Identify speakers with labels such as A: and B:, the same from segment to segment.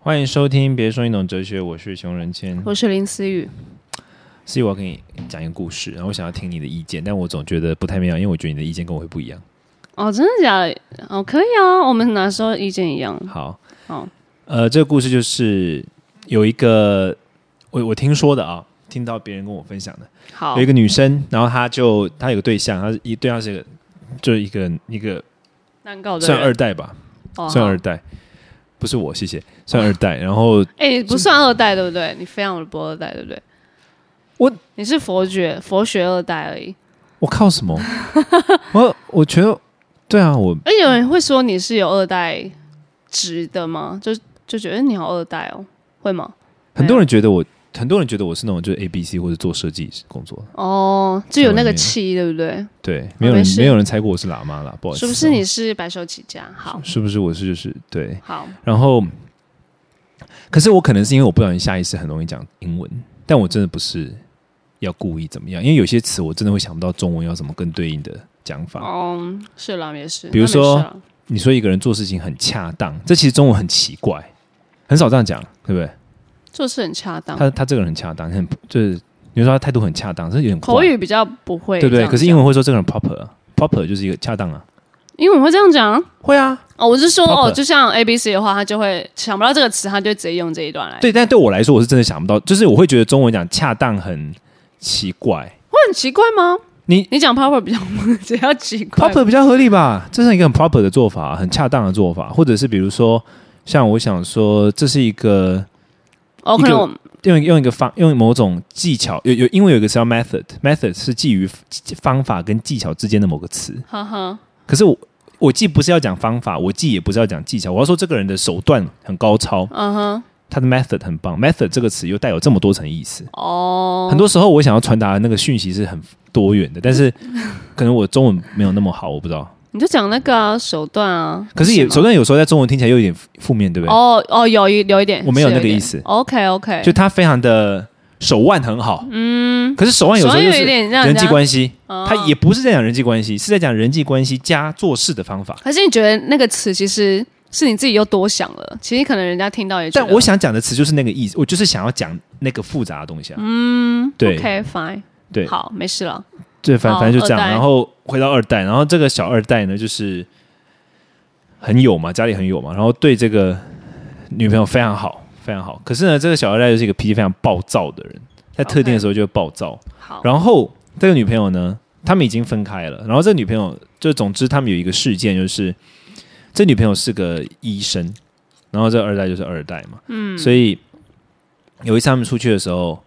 A: 欢迎收听，别说你懂哲学，我是熊仁谦。
B: 我是林思雨，
A: 所以我要跟你讲一个故事，然后我想要听你的意见，但我总觉得不太妙，因为我觉得你的意见跟我会不一样。
B: 哦，真的假的？哦，可以啊，我们哪时候意见一样？
A: 好，
B: 好，
A: 呃，这个故事就是有一个我我听说的啊，听到别人跟我分享的，
B: 好
A: 有一，个女生，然后她就她有个对象，她是一对象是一个就是一个一个
B: 难搞的
A: 算二
B: 人，
A: 代吧，
B: 哦
A: 算二
B: 好
A: 代，不是我，谢谢，算二代。然后
B: 哎，不算二代，对不对？你非常的不二代，对不对？
A: 我
B: 你是佛学佛学二代而已，
A: 我靠什么？ 我我觉得对啊，我
B: 而且有人会说你是有二代值的吗？就就觉得哎你好二代哦，会吗？
A: 很
B: 啊
A: 多人觉得我，很多人觉得我是那种就是 A B C 或者做设计工作，
B: 哦，就有那
A: 没
B: 个
A: 有
B: 气，对不哦对？
A: 对，没有人
B: 没事
A: 没有人猜过我是喇嘛啦，不好意思
B: 是
A: 哦、
B: 不是你是白手起家？好，
A: 是不是我是就是对，
B: 好，
A: 然后，可是我可能是因为我不小心下意识很容易讲英文，但我真的不是要故意怎么样，因为有些词我真的会想不到中文要怎么更对应的讲法。
B: 哦，是啦，也是。
A: 比如
B: 那没事
A: 说
B: 啦
A: 你说一个人做事情很恰当，这其实中文很奇怪，很少这样讲，对不对？
B: 做事很恰当，
A: 他他这个人很恰当，很就是你说他态度很恰当，这有点怪
B: 口语比较不会，
A: 对不对？可是英文会说这个人 proper 啊 proper 就是一个恰当啊，
B: 英文会这样讲。
A: 会啊，
B: 哦，我是说，
A: Proper
B: 哦，就像 A B C 的话，他就会想不到这个词，他就直接用这一段来。，
A: 对，但对我来说，我是真的想不到，就是我会觉得中文讲恰当很奇怪。
B: 会很奇怪吗？
A: 你
B: 你讲 proper 比较比较奇怪
A: proper 比较合理吧？这是一个很 proper 的做法，很恰当的做法，或者是比如说，像我想说，这是一个
B: 哦，
A: 一个
B: 可能我
A: 用用一个方用某种技巧，有有因为有一个词叫 method，method 是基于方法跟技巧之间的某个词。
B: 哈哈，
A: 可是我我既不是要讲方法，我既也不是要讲技巧，我要说这个人的手段很高超，
B: 嗯哼，
A: 他的 method 很棒，method 这个词又带有这么多层意思。
B: 哦，
A: 很多时候我想要传达的那个讯息是很多元的，但 是可能我中文没有那么好，我不知道。
B: 你就讲那个啊手段啊，
A: 可是也
B: 吗
A: 手段有时候在中文听起来又有点负面，对不对？
B: 哦哦，有一有一点，
A: 我没有
B: 是
A: 那个
B: 一点
A: 意思
B: OK OK，
A: 就他非常的手腕很好，嗯，可是手腕有时候
B: 所以
A: 就
B: 有一
A: 是
B: 点让
A: 人
B: 家
A: 际，关系，
B: 哦
A: 他也不是在讲人际关系，是在讲人际关系加做事的方法。
B: 还是你觉得那个词其实是你自己又多想了？其实可能人家听到也觉
A: 但
B: 得，
A: 我想讲的词就是那个意思，我就是想要讲那个复杂的东西啊。
B: 嗯，
A: 对
B: ，OK fine，
A: 对
B: 好，没事了，
A: 对，反
B: 哦
A: 反正就这样。
B: 二代
A: 然后回到二代，然后这个小二代呢，就是很有嘛，家里很有嘛，然后对这个女朋友非常好，非常好。可是呢，这个小二代就是一个脾气非常暴躁的人，在特定的时候就会暴躁。
B: 好，
A: 然后这个女朋友呢，他们已经分开了。然后这个女朋友，就总之他们有一个事件，就是这女朋友是个医生，然后这二代就是二代嘛，嗯，所以有一次他们出去的时候，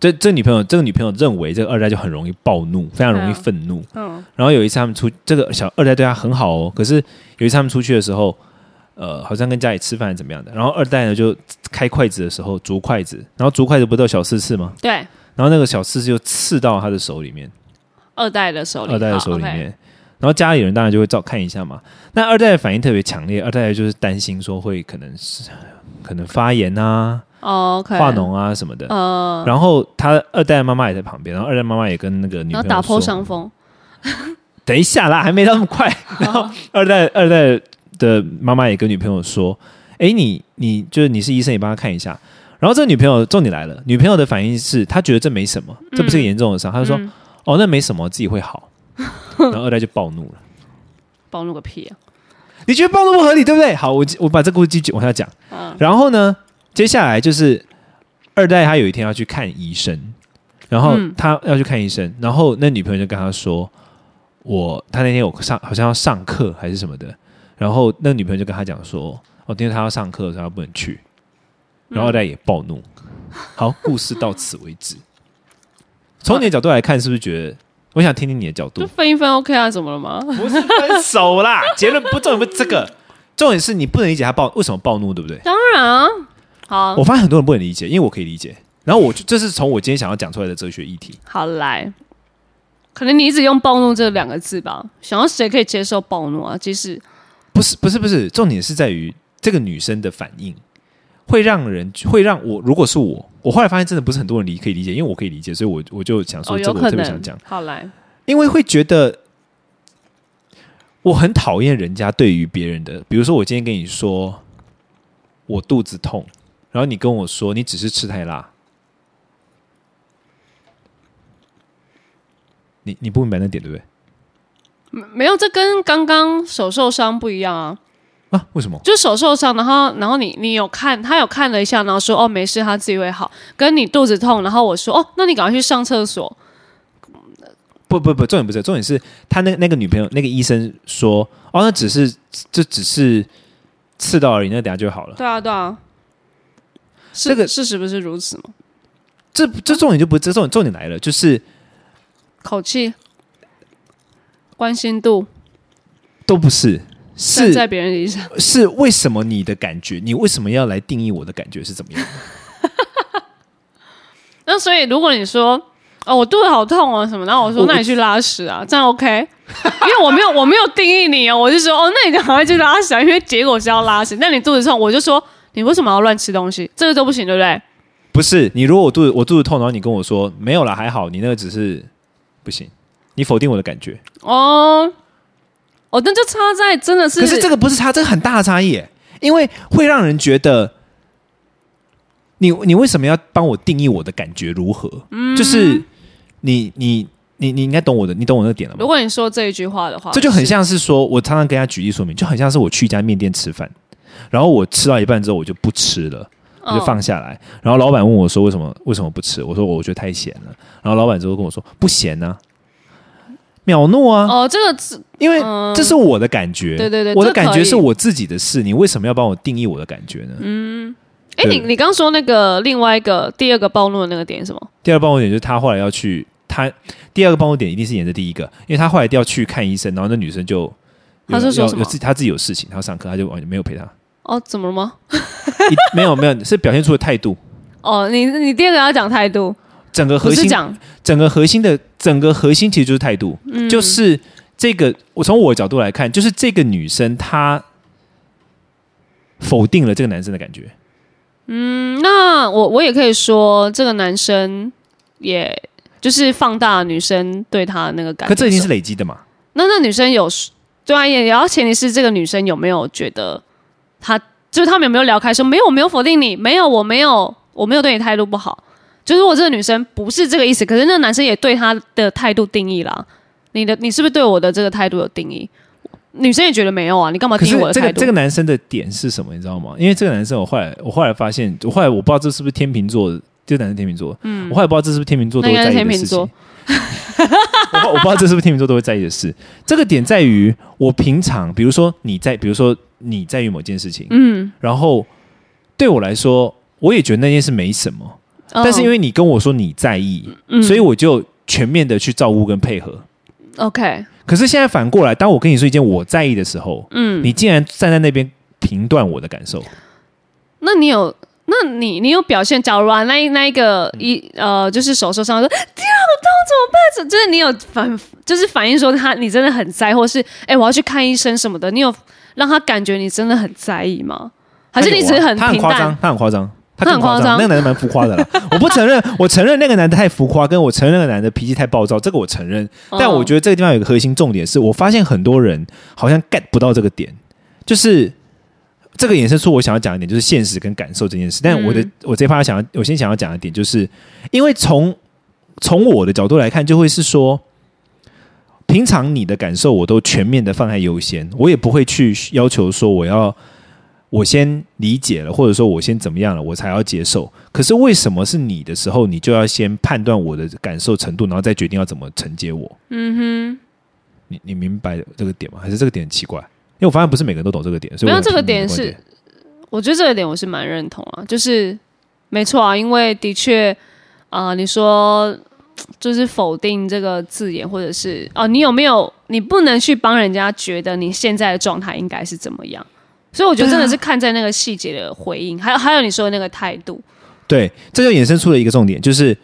A: 这这女朋友这个女朋友认为这个二代就很容易暴怒，非常容易
B: 嗯
A: 愤怒。
B: 嗯，
A: 然后有一次他们出这个小二代对她很好哦，可是有一次他们出去的时候，呃，好像跟家里吃饭还是怎么样的，然后二代呢就开筷子的时候竹筷子，然后竹筷子不都有小刺刺吗？
B: 对，
A: 然后那个小刺就刺到他的手里面，
B: 二代的手里，
A: 二代的
B: 哦好
A: 手里
B: ，OK
A: 面。然后家里人当然就会照看一下嘛。那二代的反应特别强烈，二代就是担心说会可能是可能发炎啊、
B: 哦，OK，
A: 化脓啊什么的。
B: 呃，
A: 然后他二代的妈妈也在旁边，然后二代妈妈也跟那个女朋
B: 然后打
A: 友说
B: 破伤风，：“
A: 等一下啦，还没到那么快。”然后二代二代的妈妈也跟女朋友说：“哎，你你就是你是医生，你帮他看一下。”然后这个女朋友重点来了，女朋友的反应是她觉得这没什么，这不是个严重的伤，她就说：“
B: 嗯
A: 哦，那没什么，自己会好。”然后二代就暴怒了。
B: 暴怒个屁啊！
A: 你觉得暴怒不合理，对不对？好，我我把这故事继续往下讲。然后呢，接下来就是二代他有一天要去看医生，然后
B: 嗯
A: 他要去看医生，然后那女朋友就跟他说，我他那天有上好像要上课还是什么的，然后那女朋友就跟他讲说，哦，今天他要上课，所以他不能去。然后二代也暴怒。好，故事到此为止。从你的角度来看，是不是觉得？我想听听你的角度
B: 就。分一分 OK 啊，怎么 了吗？
A: 不是分手啦，结论不重点不是这个，重点是你不能理解他暴为什么暴怒，对不对？
B: 当然啊，好
A: 我发现很多人不能理解，因为我可以理解。然后我就这是从我今天想要讲出来的哲学议题，
B: 好来，可能你一直用暴怒这两个字吧，想要谁可以接受暴怒啊？即使
A: 不是不是不是，重点是在于这个女生的反应会让人会让我，如果是我，我后来发现真的不是很多人理可以理解，因为我可以理解，所以我我就想说
B: 哦，
A: 这
B: 有
A: 个我
B: 可
A: 特别想
B: 能
A: 讲，，
B: 好来，
A: 因为会觉得我很讨厌人家对于别人的，比如说我今天跟你说，我肚子痛，然后你跟我说你只是吃太辣，你你不明白那点对不对？
B: 没没有，这跟刚刚手受伤不一样啊。
A: 啊，为什么？
B: 就手受伤，然后然后你你有看他有看了一下，然后说哦没事，他自己会好。跟你肚子痛，然后我说哦，那你赶快去上厕所。
A: 不不不，重点不是，重点是他那那个女朋友那个医生说，哦，那只是这只是刺到而已，那等下就好了。
B: 对啊对啊，是
A: 这个
B: 事实不是如此吗？
A: 这这重点就不是，这重点重点来了，就是
B: 口气、关心度
A: 都不是，
B: 站
A: 是
B: 在别人立场，
A: 是为什么你的感觉，你为什么要来定义我的感觉是怎么样？
B: 那所以如果你说哦我肚子好痛哦什么，然后我说
A: 我
B: 那你去拉屎啊，这样 OK？因为我没 有我没有定义你哦，我就说哦那你赶快去拉屎啊，因为结果是要拉屎。那你肚子痛，我就说你为什么要乱吃东西？这个都不行，对不对？
A: 不是你，如果我肚子我肚子痛，然后你跟我说没有啦，还好，你那个只是不行，你否定我的感觉。
B: 哦，哦，那就差在真的是，
A: 可是这个不是差，这个很大的差异耶，因为会让人觉得你你为什么要帮我定义我的感觉如何？就是你你你你应该懂我的，你懂我那个点了
B: 如
A: 吗？
B: 果你说这一句话的话，
A: 这就很
B: 是
A: 像是说，我常常跟他举例说明，就很像是我去一家面店吃饭，然后我吃到一半之后我就不吃了。
B: 嗯
A: 我就放下来。然后老板问我说：“为什么为什么不吃？”我说：“我觉得太咸了。”然后老板之后跟我说：“不咸呢、秒怒啊！
B: 哦，哦这个是
A: 因为
B: 哦嗯
A: 这是我的感觉，
B: 对对对
A: 我的
B: 这可
A: 感觉是
B: 以
A: 我自己的事，你为什么要帮我定义我的感觉呢？
B: 哎，
A: 对
B: 你你刚说那个另外一个第二个暴怒的那个点是什么？
A: 第二个帮我点就是他后来要去，他第二个帮我点一定是沿着第一个，因为他后来要去看医生，然后那女生就
B: 他是说
A: 要
B: 什么
A: 有自他自己有事情，他要上课，他就完全没有陪他，
B: 哦，怎么了吗？
A: 一 没有没有是表现出的态度，
B: 哦，你你第二个要讲态度，
A: 整个
B: 不
A: 核
B: 是
A: 心
B: 讲
A: 整个核心的整个核心其实就是态度，
B: 嗯
A: 就是这个我从我的角度来看，就是这个女生她否定了这个男生的感觉，
B: 嗯，那我我也可以说这个男生也就是放大女生对他那个感
A: 可
B: 觉，
A: 这已经是累积的嘛，
B: 那那女生有对啊，也也要前提是这个女生有没有觉得她就是他们有没有聊开说没有我没有否定你，没有我没有我没有对你态度不好，就是我这个女生不是这个意思，可是那个男生也对她的态度定义啦，你的你是不是对我的这个态度有定义？女生也觉得没有啊，你干嘛
A: 可
B: 定义
A: 是
B: 我的
A: 这
B: 态
A: 个
B: 度？
A: 这个男生的点是什么，你知道吗？因为这个男生我后来我后来发现，我后来我不知道这是不是天秤座的，这个男生天秤座，我后来不知道这是不是天秤座都会在
B: 嗯那
A: 意
B: 应该
A: 的
B: 是
A: 事
B: 天秤
A: 情
B: 座。
A: 我我不知道这是不是天秤座都会在意的事。这个点在于我平常，比如说你在，比如说你在于某件事情，
B: 嗯，
A: 然后对我来说，我也觉得那件事没什么，但是因
B: 为、
A: 为你跟我说你在意，
B: 嗯
A: 所以我就全面的去照顾跟配合。
B: OK，
A: 可是现在反过来，当我跟你说一件我在意的时候，
B: 嗯，
A: 你竟然站在那边评断我的感受，
B: 那你有，那你你有表现？假如啊，那一那一个
A: 嗯
B: 一呃，就是手受伤说，天啊，好痛，怎么办？就是你有反，就是反映说他你真的很在，或是哎、我要去看医生什么的，你有让他感觉你真的很在意吗？还是你只是
A: 他很
B: 平
A: 夸张
B: 淡？，
A: 他很夸张。他
B: 他
A: 更
B: 很夸
A: 夸
B: 张
A: 张，那个男的蛮浮夸 的啦。我不承认，我承认那个男的太浮夸，跟我承认那个男的脾气太暴躁，这个我承认。但我觉得
B: 得，
A: 这个地方有一个核心重点是，我发现很多人好像 get 不到这个点，就是这个衍生出我想要讲的点，就是现实跟感受这件事。但我的、
B: 嗯
A: 我这一趴想要，我先想要讲的点，就是因为从从我的角度来看，就会是说，平常你的感受我都全面的放在优先，我也不会去要求说我要。我先理解了，或者说我先怎么样了，我才要接受。可是为什么是你的时候，你就要先判断我的感受程度，然后再决定要怎么承接我？
B: 嗯
A: 你你明白这个点吗？还是这个点很奇怪？因为我发现不是每个人都懂这个点，所以
B: 没有
A: 我想
B: 这个
A: 听你的
B: 点
A: 观
B: 是哼，我觉得这个点我是蛮认同啊，就是没错啊，因为的确啊、你说就是否定这个字眼，或者是哦，你有没有？你不能去帮人家觉得你现在的状态应该是怎么样。所以我觉得真的是看在那个细节的回应，还有还有你说的那个态度，
A: 对，这就衍生出了一个重点，就是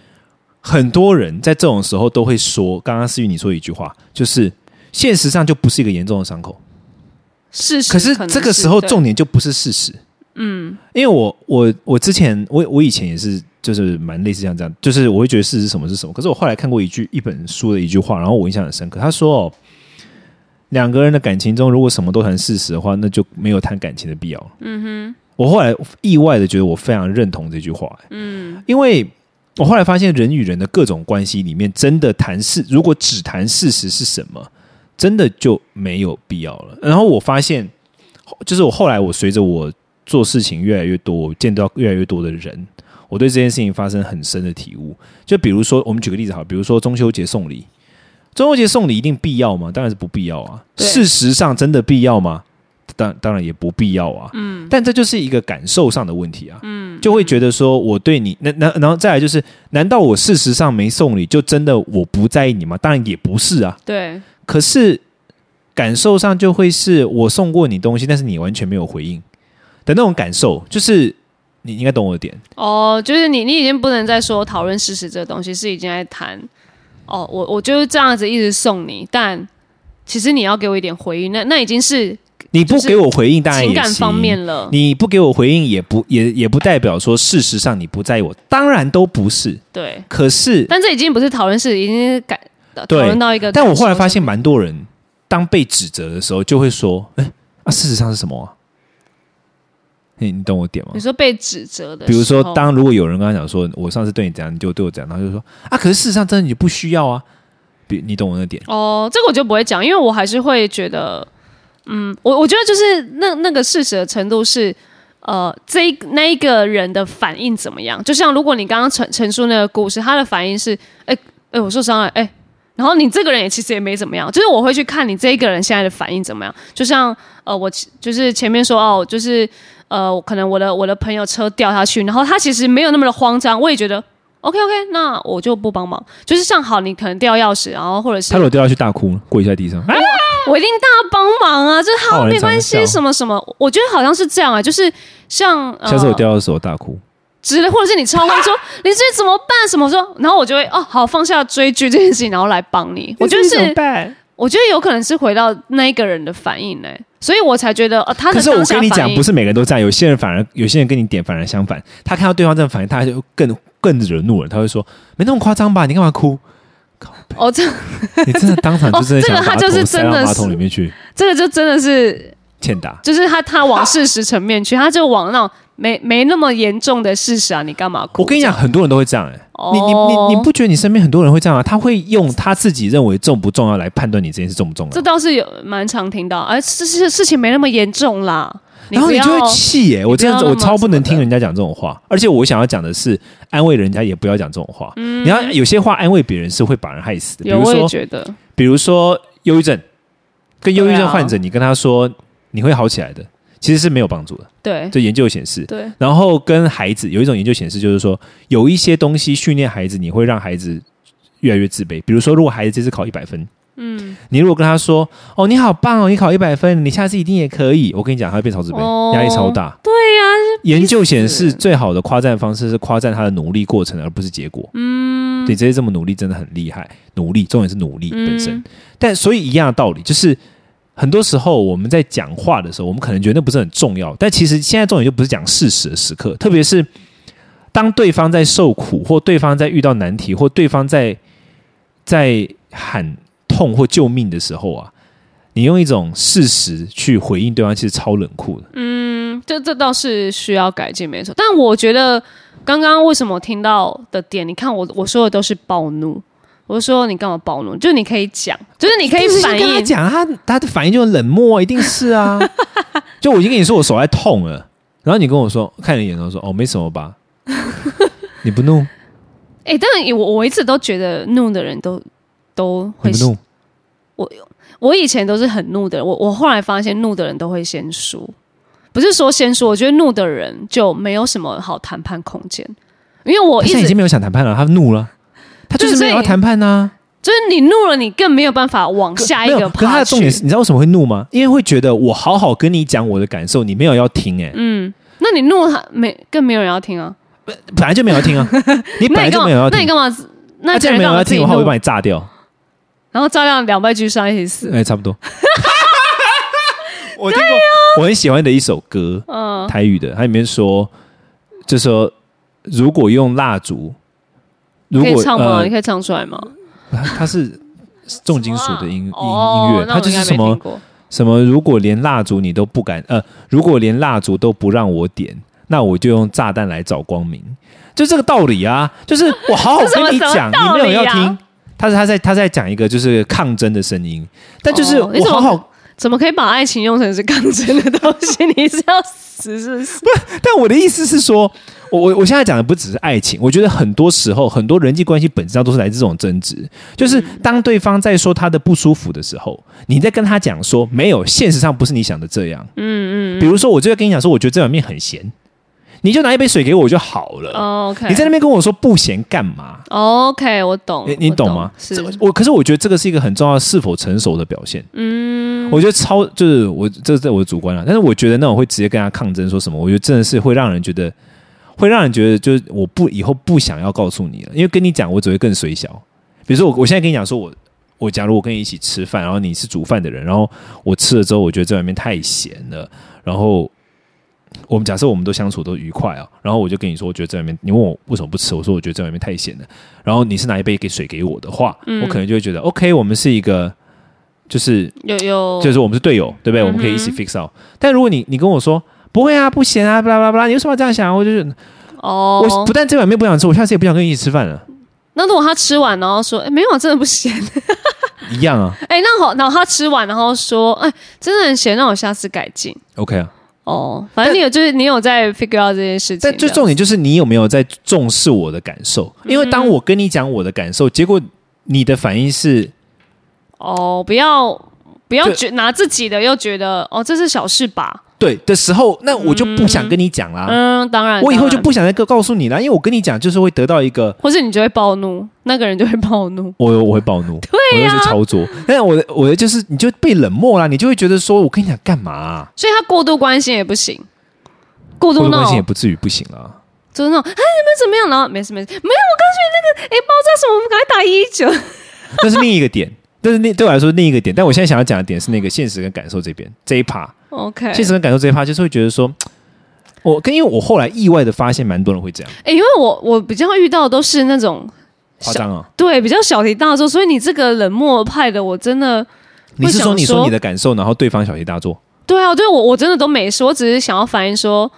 A: 很多人在这种时候都会说，刚刚思雨你说一句话，就是现实上就不是一个严重的伤口，
B: 事实
A: 可是
B: 能
A: 这个时候
B: 对
A: 重点就不是事实。嗯，因为我我我之前我我以前也是就是蛮类似像这样，就是我会觉得事实是什么是什么。可是我后来看过一句一本书的一句话，然后我印象很深刻。他说哦，两个人的感情中如果什么都谈事实的话，那就没有谈感情的必要了。嗯哼，我后来意外的觉得我非常认同这句话、嗯，因为我后来发现人与人的各种关系里面，真的谈事，如果只谈事实是什么，真的就没有必要了。然后我发现，就是我后来我随着我做事情越来越多，我见到越来越多的人，我对这件事情发生很深的体悟。就比如说，我们举个例子好了，比如说中秋节送礼，中秋节送礼一定必要吗？当然是不必要啊。
B: 对
A: 事实上，真的必要吗？当当然也不必要啊。嗯，但这就是一个感受上的问题啊。嗯，就会觉得说我对你，那那然后再来就是，难道我事实上没送礼，就真的我不在意你吗？当然也不是啊。
B: 对
A: 可是感受上就会是我送过你东西，但是你完全没有回应的那种感受，就是你应该懂我的点。
B: 哦，就是你你已经不能再说讨论事实这个东西，是已经在谈哦，我我就是这样子一直送你，但其实你要给我一点回应，那那已经是
A: 你不
B: 就是
A: 给我回应，当然也行。
B: 情感方面了。
A: 你不给我回应，也不也也不代表说事实上你不在意我，当然都不是。
B: 对，
A: 可是，
B: 但这已经不是讨论事，已经是感讨论到一个。
A: 但我后来发现，，蛮多人当被指责的时候，就会说：“哎、啊，事实上是什么啊？”你你懂我点吗
B: 你？说被指责的时候，
A: 比如说，当如果有人跟他讲说：“我上次对你怎样，你就对我怎样。”他就说：“啊，可是事实上真的你不需要啊。”比你懂我的点，
B: 哦，这个我就不会讲，因为我还是会觉得，嗯，我我觉得就是那那个事实的程度是，呃，这一那一个人的反应怎么样？就像如果你刚刚陈陈述那个故事，他的反应是，哎、哎、我受伤了，哎、然后你这个人也其实也没怎么样，就是我会去看你这一个人现在的反应怎么样。就像呃，我其就是前面说哦，就是呃，可能我的我的朋友车掉下去，然后他其实没有那么的慌张，我也觉得 OK OK，那我就不帮忙。就是像好，你可能掉钥匙，然后或者是
A: 他如果掉下去大哭，跪在地上，啊、
B: 我一定大家帮忙啊，就是
A: 好
B: 好
A: 人
B: 没关
A: 常
B: 系
A: 笑
B: 什么什么，我觉得好像是这样啊，就是像呃
A: 下次我掉的时候大哭，
B: 之类，或者是你超会 说你这怎么办什么说，然后我就会哦好放下追剧这件事情，然后来 帮你。我觉得是，我觉得有可能是回到那一个人的反应呢、所以我才觉得呃他
A: 可
B: 的
A: 是我
B: 当下
A: 跟你
B: 反
A: 讲，
B: 应
A: 不是每个人都这样，有些人反而有些人跟你点反而相反。他看到对方这样反应，他就更更惹怒了，他会说：“没那么夸张吧？你干嘛哭？
B: 哦 这
A: 你真的当场就真的想
B: 哦这个
A: 把
B: 他就是
A: 头塞到
B: 真的是
A: 马桶里面去
B: 这个就真的是
A: 欠打。
B: 就是他他往事实层面去，他就往那种没没那么严重的事实啊，你干嘛”哭？
A: 我跟你讲，很多人都会这样、哎、
B: 哦
A: 你你你你不觉得你身边很多人会这样吗？他会用他自己认为重不重要来判断你这件事重不重
B: 这
A: 要，
B: 倒是有蛮常听到，哎、这事事情没那么严重啦。
A: 然后
B: 不
A: 你
B: 要
A: 就会气耶、我这样子
B: 你不要
A: 我
B: 那
A: 超
B: 么
A: 不能
B: 什么的
A: 听人家讲这种话，而且我想要讲的是安慰人家也不要讲这种话。你要有些话安慰别人是会把人害死的，比
B: 嗯有
A: 如
B: 我也
A: 说
B: 觉得，
A: 比如说忧郁症，跟忧郁
B: 对
A: 症
B: 啊
A: 患者，你跟他说你会好起来的，其实是没有帮助的。
B: 对
A: 这研究显示，
B: 对
A: 然后跟孩子有一种研究显示，就是说有一些东西训练孩子，你会让孩子越来越自卑。比如说，如果孩子这次考一百分，嗯，你如果跟他说：“哦，你好棒哦，你考一百分，你下次一定也可以。”我跟你讲，他会变超自卑，
B: 哦
A: 压力超大。
B: 对呀、
A: 研究显示，最好的夸赞方式是夸赞他的努力过程，而不是结果。嗯，对，这些这么努力真的很厉害，努力重点是努力本身。
B: 嗯
A: 但所以一样的道理，就是很多时候我们在讲话的时候，我们可能觉得那不是很重要，但其实现在重点就不是讲事实的时刻，特别是当对方在受苦，或对方在遇到难题，或对方在在喊痛或救命的时候啊，你用一种事实去回应对方，其实超冷酷的。
B: 嗯，这这倒是需要改进，没错。但我觉得刚刚为什么听到的点，你看我我说的都是暴怒，我说你干嘛暴怒？就是你可以讲，就是你可以
A: 就是
B: 反
A: 跟他
B: 应，
A: 讲，他他的反应就很冷漠，一定是啊。就我已经跟你说我手在痛了，然后你跟我说看你眼中说哦没什么吧，你不怒
B: 哎、但我我一直都觉得怒的人都都
A: 你
B: 会
A: 不怒，
B: 我以前都是很怒的人，我我后来发现怒的人都会先输，不是说先输，我觉得怒的人就没有什么好谈判空间，因为我
A: 他
B: 一
A: 现在已
B: 直
A: 经没有想谈判了，他怒了，他就是没有要谈判呐、
B: 就是你怒了，你更没有办法往
A: 可
B: 下一
A: 没
B: 个
A: 有可
B: 爬
A: 他的
B: 去
A: 重点是，你知道为什么会怒吗？因为会觉得我好好跟你讲我的感受，你没有要听、欸，哎、
B: 嗯，那你怒他没更没有人要听啊，
A: 本来就没有要 听啊，你本
B: 那
A: 来
B: 你干
A: 就
B: 嘛
A: 没有要？
B: 那你
A: 听，
B: 干嘛？那
A: 他既然
B: 你
A: 没
B: 干
A: 有
B: 嘛
A: 要
B: 自己
A: 听的话，我会
B: 怒
A: 把？你炸掉，
B: 然后照样两败俱伤一起死。
A: 哎、差不多。我听过、我很喜欢的一首歌，
B: 啊嗯，
A: 台语的，它里面说，就说如果用蜡烛，如
B: 可以
A: 果
B: 唱吗？
A: 呃
B: 你，可以唱出来吗？
A: 它它是重金属的音音
B: 哦
A: 音乐，
B: 啊那
A: 它
B: 我
A: 就
B: 应
A: 是
B: 该
A: 什
B: 没
A: 么
B: 听过
A: 什么如果连蜡烛你都不敢，呃，如果连蜡烛都不让我点，那我就用炸弹来找光明，就这个道理啊， 就是我好好
B: 这什么
A: 跟你
B: 什么
A: 讲，
B: 道
A: 你没有
B: 理
A: 要
B: 啊
A: 听。他是他在他在讲一个就是抗争的声音，但就是
B: 哦你
A: 我
B: 怎么
A: 好好，
B: 怎么可以把爱情用成是抗争的东西？ 你是要死是不是？
A: 但我的意思是说，我我我现在讲的不只是爱情，我觉得很多时候很多人际关系本质上都是来自这种争执，就是当对方在说他的不舒服的时候，你在跟他讲说没有，现实上不是你想的这样。嗯嗯，比如说我就在跟你讲说，我觉得这碗面很咸，你就拿一杯水给我就好了。
B: 哦 OK，
A: 你在那边跟我说不咸干嘛？
B: OK，我懂，
A: 你你
B: 我
A: 懂
B: 懂
A: 吗？
B: 是
A: 这，我可是我觉得这个是一个很重要的是否成熟的表现。嗯，我觉得超就是我这是我的主观了、但是我觉得那种会直接跟他抗争说什么，我觉得真的是会让人觉得，会让人觉得就是我不以后不想要告诉你了，因为跟你讲我只会更水小。比如说我我现在跟你讲说我。我假如我跟你一起吃饭，然后你是煮饭的人，然后我吃了之后，我觉得这碗面太咸了，然后我们假设我们都相处都愉快啊，然后我就跟你说，我觉得这碗面，你问我为什么不吃，我说我觉得这碗面太咸了，然后你是拿一杯给水给我的话，我可能就会觉得 OK，我们是一个就是
B: 有有，
A: 就是我们是队友，对不对？
B: 嗯
A: 我们可以一起 fix out。但如果你你跟我说不会啊，不咸啊，巴拉巴拉巴拉，你为什么要这样想？我就是、我
B: 哦
A: 不。但这碗面不想吃，我下次也不想跟你一起吃饭 了，
B: 那如果他吃完然后说，哎，没有啊，真的不咸，
A: 一样啊
B: 哎，那好，然后他吃完然后说，哎，真的很咸，那我下次改进。
A: ，OK 啊。
B: 哦，反正你有就是你有在 figure out 这件事情的，
A: 但最重点就是你有没有在重视我的感受？因为当我跟你讲我的感受，结果你的反应是
B: 哦，不要不要
A: 对
B: 觉拿自己的又觉得哦，这是小事吧？
A: 对的时候，那我就不想跟你讲啦。
B: 嗯，当然，
A: 啊我以后就
B: 当然，
A: 不想再告告诉你了，因为我跟你讲，就是会得到一个
B: 或是你就会暴怒，那个人就会暴怒。
A: 我我会暴怒，对、
B: 啊
A: 我就是操作。但我的我的就是你就被冷漠啦，你就会觉得说我跟你讲干嘛、啊？
B: 所以他过度关心也不行，过
A: 过
B: 度
A: 度
B: 闹
A: 关心也不至于不行啊啦。
B: 就是那种哎你们怎么样？然后没事没事，没有，我告诉你那个哎爆炸什么，我们赶快打一九。
A: 那是另一个点，但是那对我来说另一个点。但我现在想要讲的点是那个现实跟感受这边这一趴，
B: OK，
A: 现实跟感受这一趴就是会觉得说，我跟因为我后来意外的发现，蛮多人会这样
B: 哎、因为我我比较遇到都是那种
A: 夸张啊。
B: 对比较小题大做，所以你这个冷漠派的，我真的
A: 你是
B: 会想
A: 说你说
B: 说
A: 你的感受，然后对方小题大做？
B: 对啊，对我我真的都没事，我只是想要反映说，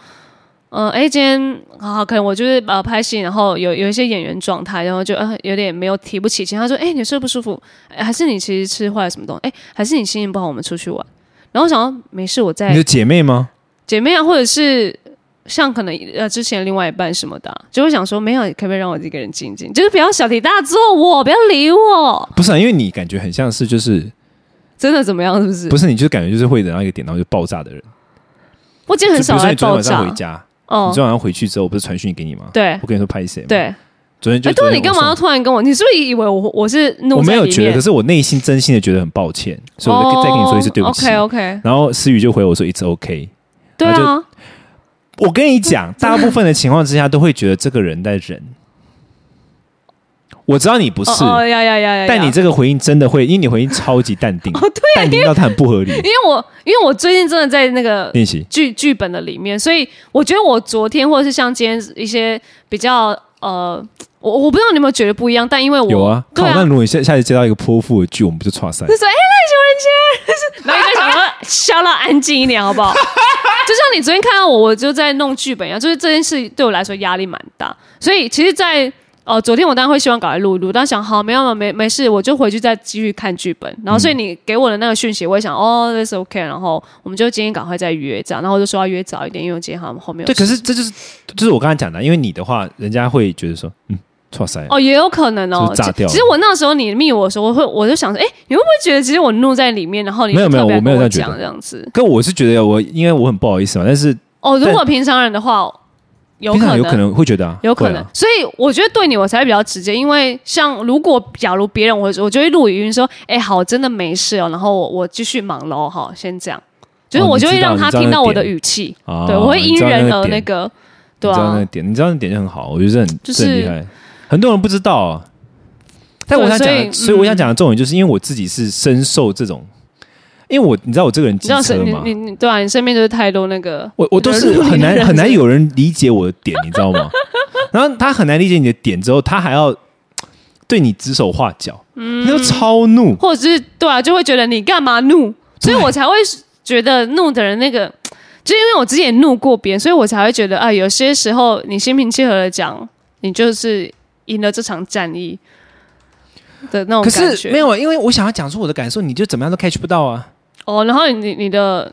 B: 嗯、呃，哎，今天啊，可能我就是呃拍戏，然后有有一些演员状态，然后就呃有点没有提不起劲。他说，哎，你是不是不舒服？哎还是你其实吃坏了什么东西？哎，还是你心情不好？我们出去玩。然后我想要没事，我
A: 你
B: 在
A: 的姐妹吗？
B: 姐妹啊，或者是像可能呃之前另外一半什么的啊、就会想说，没有，可不可以让我一个人静静？就是不要小题大做我，不要理我，
A: 不是、啊，因为你感觉很像是就是
B: 真的怎么样？是不是？
A: 不是，你就感觉就是会忍到一个点，然后就爆炸的人。
B: 我今天很少
A: 就比
B: 来
A: 如说你昨天晚
B: 爆
A: 上
B: 炸
A: 回。家，你
B: 哦
A: 昨，天晚上回去之后，我不是传讯给你吗？
B: 对
A: 我跟你说拍谁？，
B: 对。
A: 昨天就
B: 哎，
A: 昨
B: 对，
A: 天
B: 你干嘛要
A: 我送？
B: 突然跟我？你是不是以为我我是怒
A: 我没
B: 在
A: 有
B: 里
A: 觉得，
B: 面哦
A: 可？是我内心真心的觉得很抱歉，所以我再再跟你说一次对不起。
B: OK OK，
A: 然后思雨就回我说 “It's OK”。
B: 对
A: 然
B: 啊，
A: 我跟你 讲，大部分的情况之下都会觉得这个人在忍。我知道你不是，
B: 哦哦呀呀呀呀！
A: 但你
B: 呀
A: 这个回应真的会，因为你回应超级淡定，
B: 哦对啊，
A: 淡定到他很不合 理。
B: 因为我因为我最近真的在那个
A: 练习
B: 剧剧本的里面，所以我觉得我昨天或者是像今天一些比较呃，我我不知道你有没有觉得不一样，但因为我
A: 有啊，
B: 对
A: 靠！那
B: 啊。
A: 如果你下下次接到一个泼妇的剧，我们不就差赛？
B: 就说哎，那熊仁杰，然后就想说，笑到安静一点好不 好？就像你昨天看到我，我就在弄剧本一样，就是这件事对我来说压力蛮大，所以其实在，呃昨天我当然会希望赶快录一录，但想好没有没没事，我就回去再继续看剧本。
A: 嗯
B: 然后所以你给我的那个讯息，我也想哦，this OK，然后我们就今天赶快再约这样，然后我就说要约早一点，因为我今天好像后面有
A: 对，可
B: 事
A: 是这就是就是我刚才讲的，因为你的话，人家会觉得说，嗯，错塞啊，
B: 哦，也有可能
A: 是
B: 哦
A: 不。是炸
B: 其
A: 掉了
B: 其实我那时候你密我的时候，我会我就想说，哎，你会不会觉得其实我怒在里面，然后你
A: 没有没有
B: 特别
A: 我没有
B: 跟
A: 这样觉
B: 讲
A: 得
B: 这样子。
A: 跟我是觉得我，因为我很不好意思嘛，但是
B: 哦，如
A: 但
B: 果平常人的话，有
A: 平
B: 可
A: 常
B: 能
A: 有可能会觉得啊，
B: 有可能，
A: 会啊
B: 所以我觉得对你我才会比较直接，因为像如果假如别人我我就会录语音说，哎、好，真的没事哦，然后我我继续忙喽，哈，先这样，就是
A: 哦
B: 我就会
A: 你知道
B: 让他
A: 你知道
B: 听到
A: 那
B: 我的
A: 点
B: 语气，
A: 啊，
B: 对我会因
A: 你知道
B: 人而
A: 个
B: 那
A: 点，
B: 个，对
A: 你知道那
B: 啊
A: 个，点，你知道那个点就很好，我觉得这很
B: 就
A: 这很厉
B: 是
A: 害，很多人不知道啊。但我
B: 对
A: 想讲
B: 所以嗯
A: 的，所以我想讲的重点，就是因为我自己是深受这种，因为我你知道我这个人
B: 你
A: 机
B: 知道
A: 车
B: 是你
A: 嘛，
B: 你你对啊，你身边就是太多那个，
A: 我我都是很
B: 惹怒你的
A: 难
B: 人
A: 很难有人理解我的点，你知道 吗？然后他很难理解你的点之后，他还要对你指手画脚，嗯，那就超怒。
B: 或者是对啊，就会觉得你干嘛怒，所以我才会觉得怒的人那个，就是因为我之前也怒过别人，所以我才会觉得啊，有些时候你心平气和的讲，你就是赢了这场战役的那种
C: 可
B: 感
C: 是
B: 觉。
C: 没
A: 啊
C: 有，因为我想要讲出我的感受，你就怎么样都 catch 不到啊。
B: 哦，然后你你的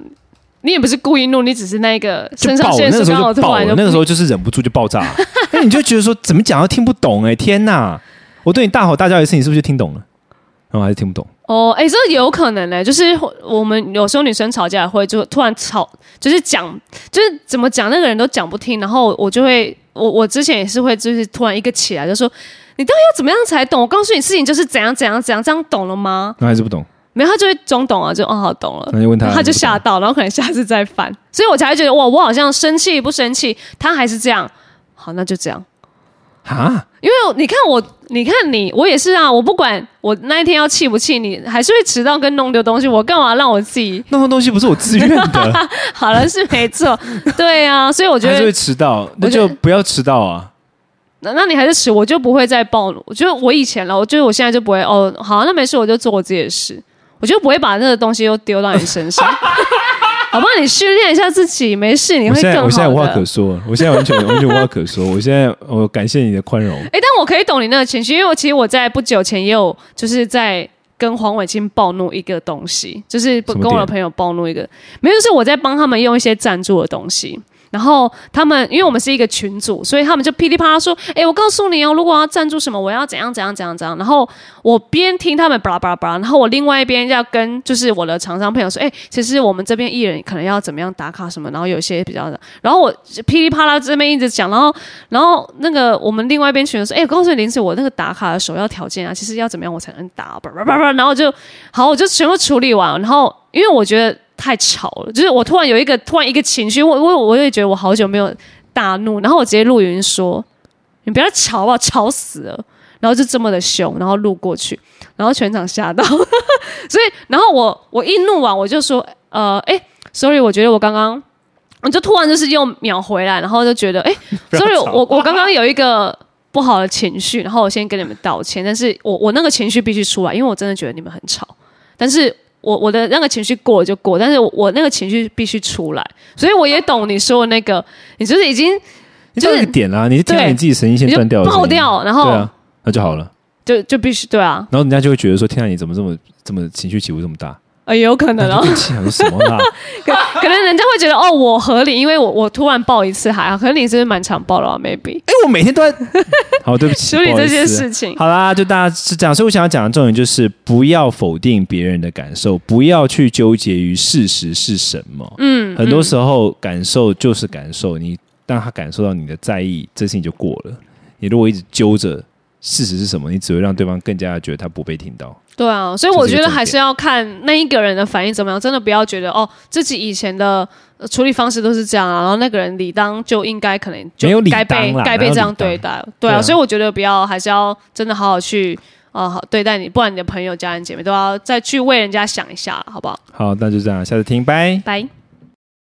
B: 你也不是故意怒，你只是那个
A: 就
B: 肾
A: 爆
B: 上
A: 了，
B: 腺
A: 那
B: 素
A: 个时
B: 刚
A: 候
B: 好
A: 就
B: 突
A: 爆
B: 然
A: 了，
B: 就
A: 那个时候就是忍不住就爆 炸，
C: 那你就觉得说怎么讲都听不懂哎、天哪！我对你大吼大叫一次，你是不是就听懂了？然后还是听不懂。
B: 哦，哎、这有可能呢、就是我们有时候女生吵架会就突然吵，就是讲，就是怎么讲那个人都讲不听，然后我就会，我我之前也是会，就是突然一个起来就说，你到底要怎么样才懂？我告诉你事情就是怎样怎样怎样，这样懂了吗？
C: 然后还是不懂，
B: 没有，他就会装懂啊，就哦好懂了
C: 然，
A: 嗯
C: 后就问
B: 然
C: 他，
B: 后他就吓到，然后可能下次再犯，所以我才会觉得哇，我好像生气不生气，他还是这样，好那就这样。
C: 啊，
B: 因为你看我，你看你，我也是啊。我不管我那一天要气不气你，还是会迟到跟弄丢东西。我干嘛让我自己
C: 那种东西不是我自愿的，
B: 好了是 没错，对啊。所以 我觉
A: 还是会
B: 得，
A: 迟到，那
B: 我觉
A: 就
B: 得
A: 不要迟到啊。
B: 那那你还是迟，我就不会再暴怒。我觉得我以前了，我觉得我现在就不会哦。好，那没事，我就做我自己的事，我就不会把那个东西又丢到你 身上。好不好？你训练一下自己，没事，你
A: 我
B: 会
A: 现
B: 更
A: 在
B: 好
A: 我现在无话
B: 的
A: 可。说，我现在完全 完全无话可说。我现在我感谢你的宽容，
B: 哎、但我可以懂你那个情绪，因为我其实我在不久前也有就是在跟黄伟清暴怒一个东西，就是不
A: 什么
B: 跟我的
A: 点
B: 朋友暴怒一个，没有，就是我在帮他们用一些赞助的东西。然后他们，因为我们是一个群组，所以他们就噼里啪啦说：“哎、我告诉你哦，如果要赞助什么，我要怎样怎样怎样怎样。”然后我边听他们巴拉巴拉巴拉，然后我另外一边要跟就是我的厂商朋友说：“哎、其实我们这边艺人可能要怎么样打卡什么，然后有一些比较的。”然后我噼里啪啦这边一直讲，然后然后那个我们另外一边群人说：“哎、我告诉你林子，我那个打卡的首要条件啊，其实要怎么样我才能打？”叭叭叭叭，然后就好，我就全部处理完。然后因为我觉得太吵了，就是我突然有一个突然一个情绪，我我我也觉得我好久没有大怒，然后我直接录语音说：“你不要吵啊，吵死了。”然后就这么的凶，然后录过去，然后全场吓到。 所以，然后我我一怒完，我就说：“呃，哎、s o r r y 我觉得我刚刚。”我就突然就是又秒回来，然后就觉得，哎、
A: 不要
B: 所以
A: 吵
B: 我我刚刚有一个不好的情绪，然后我先跟你们道歉，但是我我那个情绪必须出来，因为我真的觉得你们很吵，但是我我的那个情绪过了就过，但是我我那个情绪必须出来，所以我也懂你说的那个，你就是已经
C: 你到
B: 就是
C: 一个点
A: 啊
C: 啦，你就听到
B: 对
C: 你自己神经线
B: 你就
C: 断掉了，
B: 爆，掉，然后、
C: 对啊，那就好了。
B: 就就必须对啊，
A: 然后人家就会觉得说：“天啊，你怎么这么这么情绪起伏这么大
B: 呃，有可？”能
A: 然
B: 哦
A: 后，气想说什么啦？
B: 可可能人家会觉得哦，我合理，因为我我突然爆一次还好，可能你是不是蛮常爆的啊，maybe
C: 哎，我每天都在
A: 好，对不起，
B: 处理
A: 不好
B: 这
A: 意思
B: 些事情。
A: 好啦，就大家是这样，所以我想要讲的重点就是不要否定别人的感受，不要去纠结于事实是什么。嗯，很多时候感受就是感受，你让他感受到你的在意，这事情就过了。你如果一直揪着事实是什么，你只会让对方更加觉得他不被听到。
B: 对啊，所以
A: 这
B: 我
A: 是一
B: 觉
A: 个
B: 得
A: 重
B: 还
A: 点
B: 是要看那一个人的反应怎么样，真的不要觉得哦，自己以前的呃处理方式都是这样啊，然后那个人理当就应该可能就
A: 没有理
B: 该被
A: 当啦哪
B: 该被
A: 有
B: 这样
A: 理当
B: 对待，对
A: 对
B: 啊，
A: 啊
B: 所以我觉得不要，还是要真的好好去啊、呃好对待你，不然你的朋友、家人、姐妹都要再去为人家想一下，好不好？
A: 好，那就这样，下次听，拜。
B: 拜。